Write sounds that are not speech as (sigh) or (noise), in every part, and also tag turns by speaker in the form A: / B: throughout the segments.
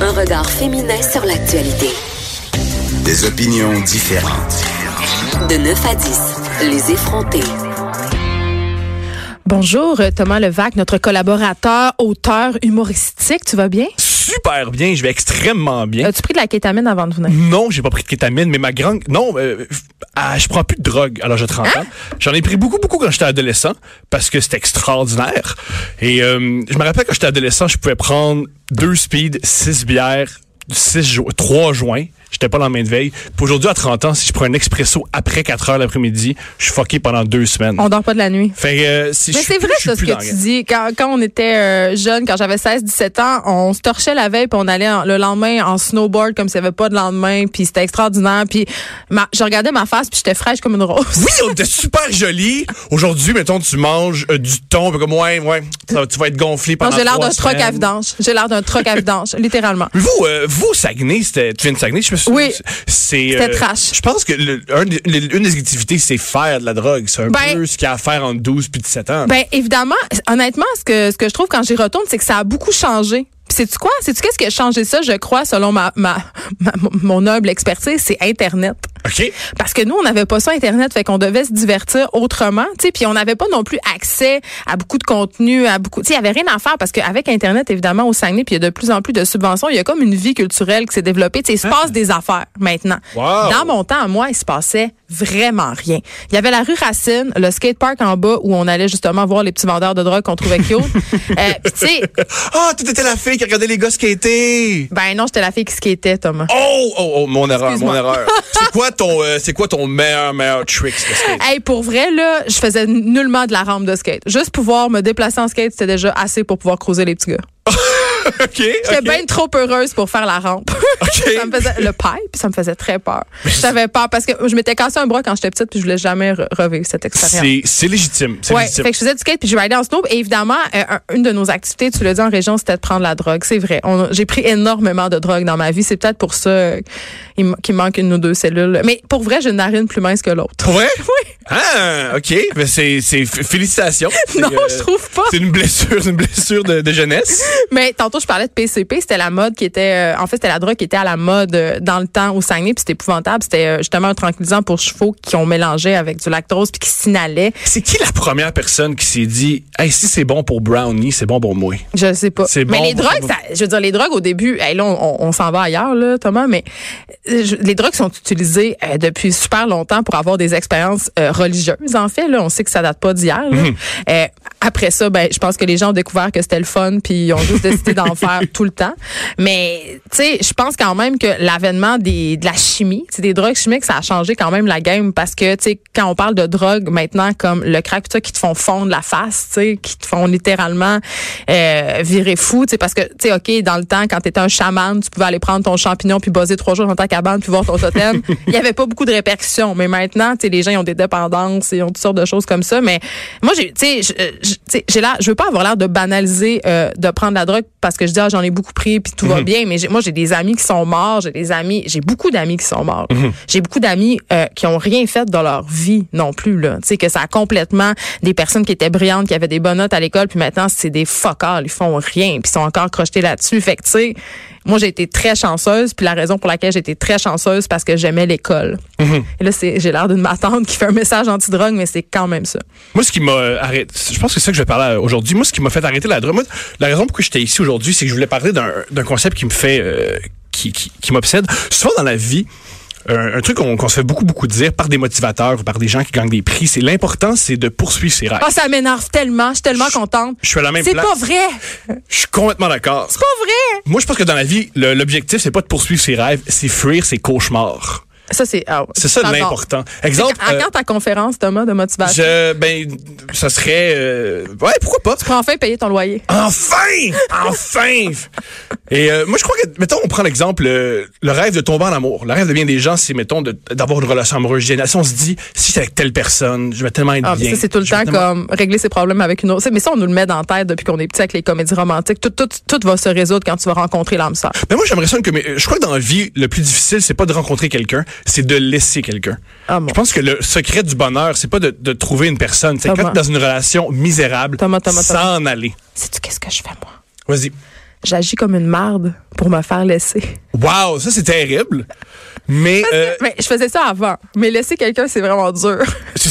A: Un regard féminin sur l'actualité.
B: Des opinions différentes.
A: De 9 à 10, les effrontés.
C: Bonjour euh, Thomas Levac, notre collaborateur, auteur humoristique. Tu vas bien?
D: super bien, je vais extrêmement bien. Mm.
C: As-tu pris de la kétamine avant de venir?
D: Non, j'ai pas pris de kétamine, mais ma grande... Non, euh, f- ah, je prends plus de drogue alors l'âge de 30
C: Hein?
D: ans. J'en ai pris beaucoup, beaucoup quand j'étais adolescent, parce que c'était extraordinaire. Et euh, je me rappelle quand j'étais adolescent, je pouvais prendre deux speed, six bières, six jo- trois joints. J'étais pas dans la main de veille. Puis aujourd'hui, à 30 ans, si je prends un expresso après 4 heures l'après-midi, je suis fucké pendant deux semaines.
C: On dort pas de la nuit.
D: Fait que, euh, si
C: Mais
D: je suis
C: c'est
D: plus-
C: vrai
D: je suis
C: ça, ce
D: plus dans
C: que tu
D: rien.
C: dis. Quand, quand on était euh, jeune, quand j'avais 16-17 ans, on se torchait la veille puis on allait en- le lendemain en snowboard comme s'il n'y avait pas de lendemain. Puis c'était extraordinaire. Puis ma- je regardais ma face puis j'étais fraîche comme une rose.
D: Oui, on était super joli. Aujourd'hui, mettons, tu manges euh, du thon, puis comme ouais, ouais, ça- tu vas être gonflé
C: Non,
D: pendant.
C: J'ai l'air
D: trois
C: d'un troc à
D: semaines.
C: vidange. J'ai l'air d'un troc à vidange, (laughs) littéralement.
D: Mais Vous, euh, vous, Saguenay, c'était, tu viens de Saguenay, je me suis
C: Oui.
D: C'est. euh,
C: C'était trash.
D: Je pense que le- un des- le- une des activités, c'est faire de la drogue. C'est un
C: Ben-
D: peu ce qu'il y a à faire entre 12 puis 17 ans.
C: Ben évidemment, honnêtement, ce que ce que je trouve quand j'y retourne, c'est que ça a beaucoup changé. C'est tu quoi C'est tu qu'est-ce qui a changé ça Je crois, selon ma, ma, ma- mon humble expertise, c'est Internet.
D: OK? (laughs)
C: Parce que nous, on n'avait pas ça Internet, fait qu'on devait se divertir autrement, tu sais. Puis on n'avait pas non plus accès à beaucoup de contenu, à beaucoup. Tu sais, il y avait rien à faire parce qu'avec Internet, évidemment, au Saguenay, puis il y a de plus en plus de subventions. Il y a comme une vie culturelle qui s'est développée. Tu sais, il se passe des affaires maintenant.
D: Wow.
C: Dans mon temps, à moi, il se passait vraiment rien. Il y avait la rue Racine, le skatepark en bas où on allait justement voir les petits vendeurs de drogue qu'on trouvait cute. Euh, puis tu sais,
D: Ah, tu étais la fille qui regardait les gars skater.
C: ben non, j'étais la fille qui skatait, Thomas.
D: Oh, oh, oh, mon erreur,
C: Excuse-moi.
D: mon erreur.
C: (laughs)
D: C'est quoi ton, euh, c'est quoi ton meilleur, meilleur trick de skate?
C: (laughs) Hey, pour vrai, là, je faisais nullement de la rampe de skate. Juste pouvoir me déplacer en skate, c'était déjà assez pour pouvoir croiser les petits gars.
D: OK?
C: J'étais
D: OK.
C: bien trop heureuse pour faire la rampe. (laughs) ça me faisait, le pipe, ça me faisait très peur. J'avais peur parce que je m'étais cassé un bras quand j'étais petite puis je voulais jamais re- revivre cette expérience.
D: C'est, c'est légitime. C'est
C: Ouais,
D: légitime.
C: fait que je faisais du skate puis je ridais en snow. Et évidemment, euh, un- une de nos activités, tu l'as dit en région, c'était de prendre la drogue. C'est vrai. On- J'ai pris énormément de drogue dans ma vie. C'est peut-être pour ça euh, il m- qu'il manque une ou deux cellules. Mais pour vrai, j'ai une narine plus mince que l'autre. (laughs)
D: Pour vrai? Oui. Ah, OK. Mais c'est, c'est f- félicitations. C'est,
C: (laughs) Non,
D: euh,
C: je trouve pas.
D: C'est une blessure, c'est une blessure de, de jeunesse.
C: (laughs) Mais tantôt, je parlais de PCP. C'était la mode qui était. euh, en fait, c'était la drogue qui était à la mode euh, dans le temps au Saguenay. Puis c'était épouvantable. C'était euh, justement un tranquillisant pour chevaux qui ont mélangé avec du lactose puis qui s'inhalait.
D: C'est qui la première personne qui s'est dit, hey, si c'est bon pour Brownie, c'est bon pour moi?
C: Je sais pas.
D: C'est
C: mais
D: bon
C: les
D: pour-
C: drogues, ça, je veux dire, les drogues au début, hey, là, on, on- on s'en va ailleurs, là, Thomas, mais euh, je- les drogues sont utilisées euh, depuis super longtemps pour avoir des expériences euh, religieuses, en fait. Là, on sait que ça date pas d'hier. là.
D: Mhm.
C: Euh, après ça, ben, je pense que les gens ont découvert que c'était le fun, puis ils ont juste décidé
D: (laughs)
C: d'en faire tout le temps. Mais, tu sais, je pense quand même que l'avènement des, de la chimie, tu sais, des drogues chimiques, ça a changé quand même la game parce que, tu sais, quand on parle de drogue maintenant, comme le crack, tout ça, qui te font fondre la face, tu sais, qui te font littéralement euh, virer fou, tu sais, parce que, tu sais, OK, dans le temps, quand t'étais un chaman, tu pouvais aller prendre ton champignon puis bosser trois jours dans ta cabane puis voir ton totem. Il y avait pas beaucoup de répercussions. Mais maintenant, tu sais, les gens, ils ont des dépendances, ils ont toutes sortes de choses comme ça. Mais moi, j'ai, tu sais, je- je- tu sais, j'ai l'air, je veux pas avoir l'air de banaliser, euh, de prendre la drogue parce que je dis, ah, j'en ai beaucoup pris puis tout va bien. Mais j'ai- moi, j'ai des amis qui sont morts, j'ai des amis, j'ai beaucoup d'amis qui sont morts.
D: Mhm.
C: J'ai beaucoup d'amis euh, qui ont rien fait dans leur vie non plus, là. Tu sais, que ça a complètement des personnes qui étaient brillantes, qui avaient des bonnes notes à l'école, puis maintenant, c'est des fuckers, ils font rien, puis ils sont encore crochetés là-dessus. Fait que, tu sais, moi, j'ai été très chanceuse, puis la raison pour laquelle j'ai été très chanceuse, c'est parce que j'aimais l'école.
D: Mhm.
C: Et là, c'est- j'ai l'air d'une matante qui fait un message anti-drogue, mais c'est quand même ça.
D: Moi, ce qui m'a euh, arrêté, je pense que c'est ça que je vais parler euh, aujourd'hui. Moi, ce qui m'a fait arrêter la drogue, moi, la raison pour laquelle j'étais ici aujourd'hui, c'est que je voulais parler d'un d'un concept qui me fait, euh, qui, qui, qui m'obsède. Souvent dans la vie, un, un truc qu'on qu'on se fait beaucoup, beaucoup dire par des motivateurs ou par des gens qui gagnent des prix, c'est l'important, c'est de poursuivre ses rêves.
C: Ah, ça m'énerve tellement, je suis tellement contente.
D: Je suis à la même
C: C'est
D: place.
C: pas vrai!
D: Je suis complètement d'accord.
C: C'est pas vrai!
D: Moi, je pense que dans la vie, le- l'objectif, c'est pas de poursuivre ses rêves, c'est fuir ses cauchemars.
C: Ça, c'est ah,
D: C'est ça
C: j'adore.
D: l'important. Exemple,
C: C'est Quand
D: euh,
C: quand ta conférence, Thomas, de motivation,
D: je, ben, ça serait, euh, ouais, pourquoi pas?
C: tu peux enfin payer ton loyer.
D: Enfin! Enfin! Et euh, moi, je crois que, mettons, on prend l'exemple, euh, le rêve de tomber en amour. Le rêve de bien des gens, c'est, mettons, de- d'avoir une relation amoureuse. Géniale. Si on se dit, si j'étais avec telle personne, je vais tellement être
C: Ah, mais
D: bien.
C: ça, c'est tout le
D: Je vais
C: temps
D: tellement-
C: comme régler ses problèmes avec une autre. C'est- Mais ça, on nous le met dans la tête depuis qu'on est petit avec les comédies romantiques. Tout, tout, tout va se résoudre quand tu vas rencontrer l'âme sœur.
D: Mais moi, j'aimerais ça que, mais, euh, je crois que dans la vie, le plus difficile, c'est pas de rencontrer quelqu'un, c'est de laisser quelqu'un.
C: Ah, mon-
D: Je pense que le secret du bonheur, c'est pas de, de trouver une personne. C'est quand
C: Thomas.
D: t'es dans une relation misérable,
C: Thomas, Thomas, Thomas.
D: s'en aller.
C: Sais-tu qu'est-ce que je fais, moi?
D: Vas-y.
C: J'agis comme une marde pour me faire laisser.
D: Wow, ça, c'est terrible. Mais, euh,
C: (laughs) Mais je faisais ça avant. Mais laisser quelqu'un, c'est vraiment dur.
D: c'est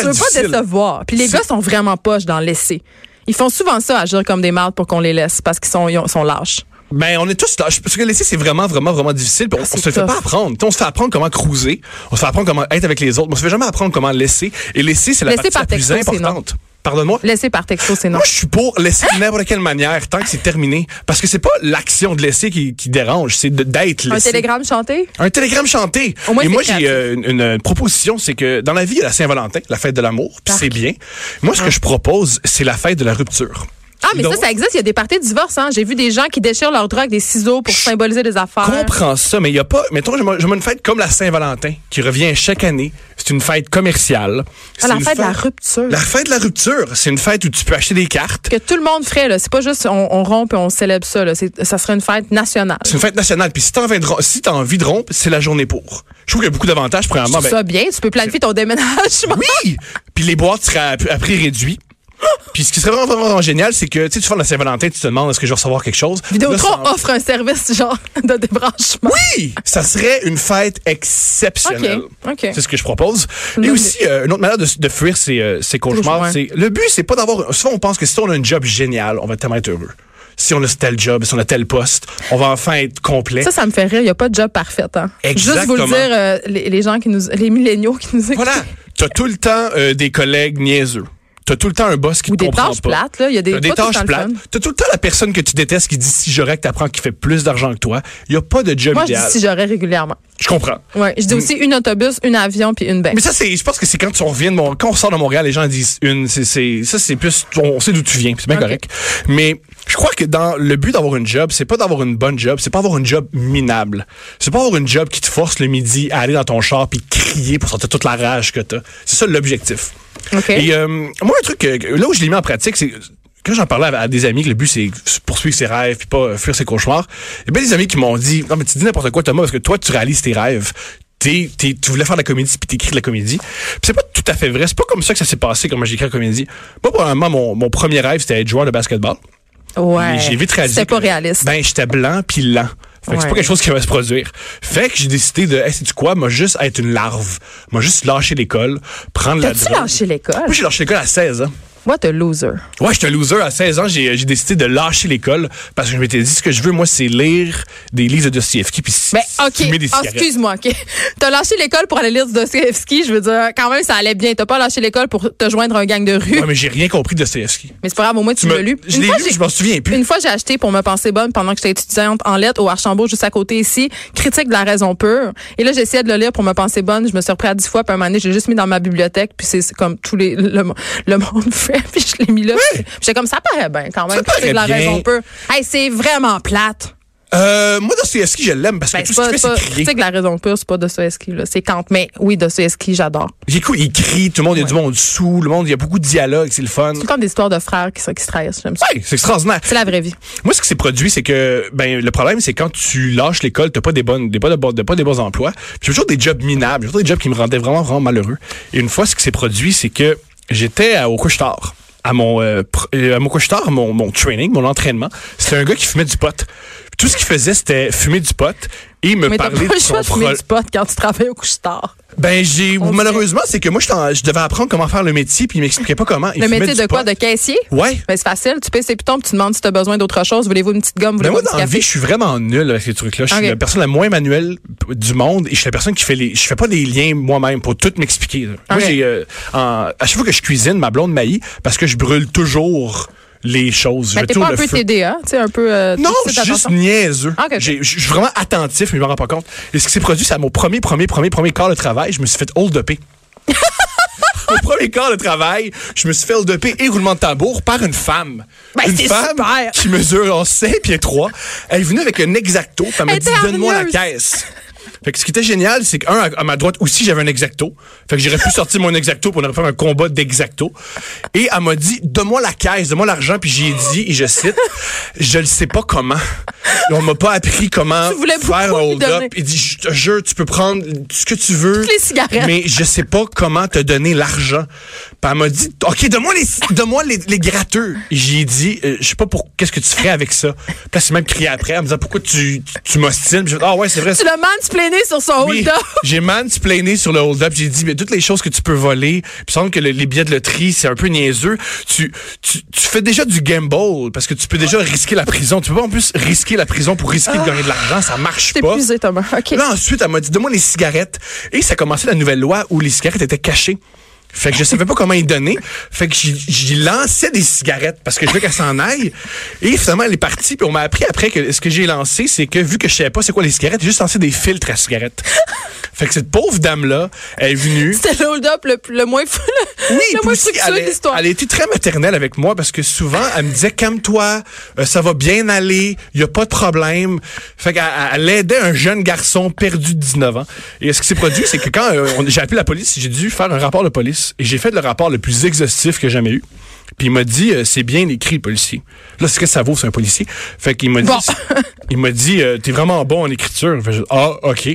C: (laughs) Tu veux pas
D: difficile.
C: décevoir. Puis les
D: C'est-
C: gars sont vraiment poches dans le laisser. Ils font souvent ça, agir comme des mardes pour qu'on les laisse parce qu'ils sont, ils ont- sont lâches.
D: Ben, on est tous lâches. Parce que laisser, c'est vraiment, vraiment, vraiment difficile. Puis On,
C: Ah,
D: on
C: c'est
D: se fait
C: tough.
D: pas apprendre. Tu sais, on se fait apprendre comment cruiser. On se fait apprendre comment être avec les autres. Mais on se fait jamais apprendre comment laisser. Et laisser, c'est la
C: Laisser
D: partie
C: par
D: la plus
C: texto, c'est non.
D: importante. Pardonne-moi.
C: Laisser par texto, c'est non.
D: Moi, je suis pour laisser de n'importe quelle manière tant que c'est terminé. Parce que c'est pas l'action de laisser qui, qui dérange, c'est de- d'être
C: Un
D: laissé.
C: télégramme chanté?
D: Un télégramme chanté.
C: Au moins,
D: Et
C: c'est
D: moi, j'ai
C: créatif.
D: euh, une, une proposition, c'est que dans la vie, il y a la Saint-Valentin, la fête de l'amour, puis c'est bien. Moi, ce que je propose, c'est la fête de la rupture.
C: Ah, mais
D: Donc,
C: ça, ça existe. Il y a des parties de divorce. Hein. J'ai vu des gens qui déchirent leur drogue, des ciseaux pour symboliser des affaires.
D: comprends ça, mais il n'y a pas. Mettons, je me une fête comme la Saint-Valentin, qui revient chaque année. C'est une fête commerciale.
C: Ah,
D: C'est
C: la
D: une
C: fête de la rupture.
D: La fête de la rupture, c'est une fête où tu peux acheter des cartes.
C: Que tout le monde ferait. là. C'est pas juste on, on rompt et on célèbre ça. Là. C'est- Ça serait une fête nationale.
D: C'est une fête nationale. Puis si t'as envie de rom- si t'as envie de rompre, c'est la journée pour. Je trouve qu'il y a beaucoup d'avantages.
C: Je
D: Premièrement,
C: trouve
D: ben,
C: ça bien. Tu peux planifier ton déménagement.
D: oui. Puis les boîtes seraient à, à prix réduit. Puis ce qui serait vraiment, vraiment, vraiment génial, c'est que tu sais, tu fais la Saint-Valentin, tu te demandes est-ce que je vais recevoir quelque chose.
C: (laughs) Vidéotron
D: Là, ça-
C: offre un service genre (laughs) de débranchement.
D: Oui, ça serait une fête exceptionnelle.
C: Ok, ok.
D: C'est ce que je propose. Et
C: Nous-
D: aussi, euh, une autre manière de, de fuir ces, euh, ces cauchemars,
C: Cauchemars.
D: c'est le but, c'est pas d'avoir. Souvent, on pense que si on a un job génial, on va tellement être heureux. Si on a tel job, si on a tel poste, on va enfin être complet.
C: Ça, ça me fait rire. Il n'y a pas de job parfait. Hein. Juste vous
D: Exactement.
C: le dire, euh, les, les gens qui nous, les milléniaux qui nous écoutent.
D: voilà, t'as tout le temps euh, des collègues niaiseux. T'as tout le temps un boss qui
C: Ou
D: te
C: des
D: comprend
C: tâches
D: pas.
C: plates, là. Il y a des,
D: T'as des
C: pas tout le
D: tâches
C: temps le
D: plates.
C: fun.
D: T'as tout le temps la personne que tu détestes qui dit si j'aurais que t'apprends qui fait plus d'argent que toi. Il y a pas de job
C: Moi, je dis
D: idéal.
C: si j'aurais régulièrement.
D: Je comprends.
C: Ouais. Je dis aussi une autobus, une avion puis une
D: Mais
C: bête.
D: ça, c'est, je pense que c'est quand tu reviens de Montréal, quand on sort de Montréal, les gens disent une, c'est, c'est, ça, c'est plus, on sait d'où tu viens, puis c'est bien
C: Ok.
D: correct. Mais je crois que dans le but d'avoir une job, c'est pas d'avoir une bonne job, c'est pas avoir une job minable. C'est pas avoir une job qui te force le midi à aller dans ton char puis crier pour sortir toute la rage que t'as. C'est ça l'objectif.
C: OK.
D: Et euh, moi, un truc, que- là où je l'ai mis en pratique, c'est quand j'en parlais à, à des amis que le but c'est poursuivre ses rêves puis pas euh, fuir ses cauchemars, il y a bien des amis qui m'ont dit Non, mais tu dis n'importe quoi, Thomas, parce que toi, tu réalises tes rêves. T'es- t'es- tu voulais faire de la comédie puis t'écris de la comédie. Puis c'est pas tout à fait vrai. C'est pas comme ça que ça s'est passé quand j'écris la comédie. Moi, probablement, mon, mon premier rêve, c'était être joueur de basketball.
C: Ouais.
D: Mais j'ai vite réalisé.
C: C'était pas
D: que,
C: réaliste.
D: Ben, j'étais blanc puis lent. Fait que c'est
C: Ouais.
D: pas quelque chose qui va se produire. Fait que j'ai décidé de, hey, sais-tu quoi, moi juste être une larve. Moi juste lâcher l'école, prendre la
C: T'as-tu
D: drogue.
C: lâché l'école?
D: Moi, j'ai lâché l'école à 16 ans.
C: What a loser.
D: Ouais, j'étais un loser. À 16 ans, j'ai j'ai décidé de lâcher l'école parce que je m'étais dit, ce que je veux, moi, c'est lire des livres de Dostoevsky puis si-
C: Ben, OK.
D: fumer des
C: Ah,
D: cigarettes.
C: Excuse-moi, OK. T'as lâché l'école pour aller lire du Dostoevsky. Je veux dire, quand même, ça allait bien. T'as pas lâché l'école pour te joindre à un gang de rue.
D: Ouais, mais j'ai rien compris de Dostoevsky.
C: mais c'est pas grave, au moins, tu
D: me-
C: l'as lu.
D: Je
C: Une
D: l'ai
C: fois,
D: lu,
C: j'ai- Ben,
D: je m'en souviens plus.
C: Une fois, j'ai acheté pour me penser bonne pendant que j'étais étudiante en lettres au Archambault, juste à côté ici, critique de la raison pure. Et là, j'essayais de le lire pour me penser bonne. Je me suis repris à dix fois, puis à un moment donné, j'ai juste mis dans ma bibliothèque, puis c'est c'est comme tous les le, mo- le monde (laughs) fait, puis je l'ai mis là. Puis J'étais comme ça paraît bien quand même,
D: Ça
C: critique de la
D: paraît bien.
C: raison pure. Hey, c'est vraiment plate.
D: Euh, moi, Dostoevsky, je l'aime parce que
C: Ben, c'est
D: tout ce
C: pas,
D: qu'il fait,
C: c'est pas-
D: c'est crier.
C: critique de la raison pure, c'est pas Dostoevsky là, c'est Kant. Mais oui, Dostoevsky, j'adore.
D: J'écoute, il crie, tout le monde, il y a du monde sous, le monde, il y a beaucoup de dialogues, c'est le fun.
C: C'est comme des histoires de frères qui, se- qui se trahissent. J'aime ça.
D: Ouais, c'est extraordinaire.
C: C'est la vraie vie.
D: Moi, ce qui s'est produit, c'est que ben le problème, c'est quand tu lâches l'école, t'as pas des bonnes, des pas de, bon- de- pas des bons emplois. Puis J'ai toujours des jobs minables, j'ai toujours des jobs qui me rendaient vraiment vraiment malheureux. Et une fois, ce qui s'est produit, c'est que j'étais à- au couche-tard. À mon, euh, pr- euh, à mon couche-tard, mon, mon training, mon entraînement, c'était un gars qui fumait du pot. Tout ce qu'il faisait, c'était fumer du pot et me
C: Mais t'as pas
D: parler de
C: le
D: son
C: choix de fumer
D: pro-
C: du pot quand tu travailles au couche-tard.
D: Ben, j'ai,
C: On
D: malheureusement, c'est que moi, j'étais en- je devais apprendre comment faire le métier, puis il m'expliquait pas comment. Il
C: Le
D: fumait
C: métier
D: du
C: de quoi?
D: pot.
C: De caissier?
D: Ouais.
C: Ben, c'est facile. Tu payes ses pitons, puis tu demandes si tu as besoin d'autre chose. Voulez-vous une petite gomme?
D: Mais
C: Voulez-vous
D: moi,
C: un petit
D: dans la
C: café?
D: vie, je suis vraiment nul avec ces trucs-là. Je suis
C: Ok.
D: la personne la moins manuelle p- du monde et je suis la personne qui fait les. Je fais pas les liens moi-même pour tout m'expliquer. là. Moi,
C: Ok.
D: j'ai. euh, en- à chaque fois que je cuisine, ma blonde maillit parce que je brûle toujours les
C: Mais
D: choses. je mets
C: Ben, t'es
D: tout
C: pas un
D: le
C: peu
D: feu.
C: TDA, tu sais, un peu. euh,
D: Non,
C: déficit
D: je suis juste
C: d'attention.
D: niaiseux.
C: Ah, ok, ok.
D: J'ai- Je suis vraiment attentif, mais je me rends pas compte. Et ce qui s'est produit, c'est à mon premier, premier, premier, premier quart de travail, je me suis fait hold
C: (laughs)
D: upé. Au premier quart de travail, je me suis fait hold upé et roulement de tambour par une femme.
C: Ben,
D: une
C: c'est
D: femme
C: super.
D: qui mesure en 5 pieds 3. Elle est venue avec un exacto, puis elle m'a
C: Elle
D: dit
C: était
D: Donne-moi la
C: hargneuse.
D: caisse. Fait que ce qui était génial, c'est qu'un, à- à ma droite aussi, j'avais un exacto. Fait
C: (laughs)
D: que j'aurais pu sortir mon exacto pour on aurait fait un combat d'exacto. Et elle m'a dit, donne-moi la caisse, donne-moi l'argent. Puis j'ai dit, et je cite, je le sais pas comment. Et on m'a pas appris comment
C: Tu voulais
D: faire
C: beaucoup lui
D: hold up.
C: donner.
D: Il dit, je te jure, tu peux prendre ce que tu veux.
C: Toutes les cigarettes.
D: Mais je sais pas comment te donner l'argent. Puis elle m'a dit, OK, donne-moi les, donne-moi les, les gratteux. Et J'ai dit, euh, je sais pas pour qu'est-ce que tu ferais avec ça. Puis là, c'est même crié après en me disant, pourquoi tu, tu, tu m'ostines? Puis j'ai fait, ah ouais, c'est vrai.
C: Tu l'as mansplainé sur son
D: Oui,
C: hold-up.
D: (laughs) J'ai mansplainé sur le hold-up. J'ai dit, mais toutes les choses que tu peux voler, puis il me semble que le- les billets de loterie, c'est un peu niaiseux. Tu, tu, tu fais déjà du gamble parce que tu peux déjà risquer la prison. Tu peux pas en plus risquer la prison pour risquer de gagner de l'argent. Ça marche
C: T'es
D: pas.
C: épuisé, Thomas. (laughs) OK.
D: Là, ensuite, elle m'a dit, donne-moi les cigarettes. Et ça commençait la nouvelle loi où les cigarettes étaient cachées. Fait que je savais pas comment y donner. Fait que j'y- j'y lançais des cigarettes parce que je voulais qu'elle s'en aille. Et finalement, elle est partie. Puis on m'a appris après que ce que j'ai lancé, c'est que vu que je savais pas c'est quoi les cigarettes, j'ai juste lancé des filtres à cigarettes. fait que cette pauvre dame-là, elle est venue.
C: C'était le hold-up le, plus- le moins fou. Le, le
D: Oui, puis
C: moins
D: aussi,
C: structuré
D: elle,
C: de
D: est-
C: l'histoire.
D: elle a été très maternelle avec moi parce que souvent, elle me disait calme-toi, euh, ça va bien aller, il y a pas de problème. Fait qu'elle elle aidait un jeune garçon perdu de 19 ans. Et ce qui s'est produit, c'est que quand euh, on- j'ai appelé la police, j'ai dû faire un rapport de police et j'ai fait le rapport le plus exhaustif que j'ai jamais eu. Puis il m'a dit euh, c'est bien écrit le policier. Là ce que ça vaut c'est un policier. Fait qu'il m'a dit
C: Bon.
D: il m'a dit euh, t'es vraiment bon en écriture. Fait que je- ah ok.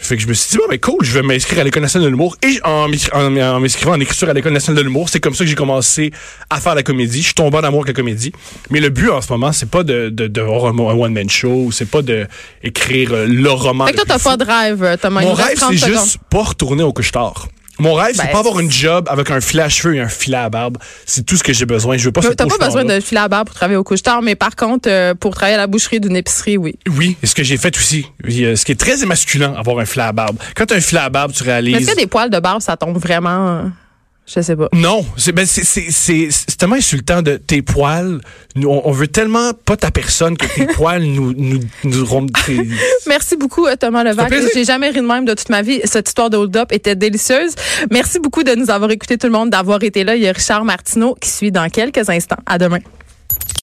D: Fait que je me suis dit, bon, ben cool, je vais m'inscrire à l'École nationale de l'humour. Et en m'écri- en- en m'inscrivant en écriture à l'École nationale de l'humour, c'est comme ça que j'ai commencé à faire la comédie. Je suis tombé en amour avec la comédie. Mais le but en ce moment, c'est pas de, de, de voir un mo- un one-man show, ou c'est pas de écrire euh, le roman.
C: Fait que toi,
D: le
C: t'as
D: plus
C: pas
D: fou.
C: de rêve, euh, Thomas. Il
D: Mon
C: nous reste
D: rêve,
C: 30
D: c'est
C: secondes.
D: juste pas retourner au couche-tard. Mon rêve, c'est
C: Ben,
D: pas avoir une job avec un filet à cheveux et un filet à barbe. C'est tout ce que j'ai besoin. Je veux pas ce
C: T'as pas
D: couche-tard-là.
C: besoin de filer à barre pour travailler au couche-tard, mais par contre, euh, pour travailler à la boucherie d'une épicerie, oui.
D: Oui, et ce que j'ai fait aussi. Oui, euh, Ce qui est très émasculant, avoir un filet à barbe. Quand t'as un filet à barbe, tu réalises.
C: Mais est-ce que des poils de barbe, ça tombe vraiment. euh, Je sais pas.
D: Non, c'est ben, c'est- c'est- c'est- c'est tellement insultant de tes poils. Nous, on, on veut tellement pas ta personne que tes poils nous nous nous rompent. tes-
C: Merci beaucoup, euh, Thomas Levac.
D: Ça fait plaisir.
C: J'ai jamais ri de même de toute ma vie. Cette histoire de hold-up était délicieuse. Merci beaucoup de nous avoir écoutés, tout le monde, d'avoir été là. Il y a Richard Martineau qui suit dans quelques instants. À demain.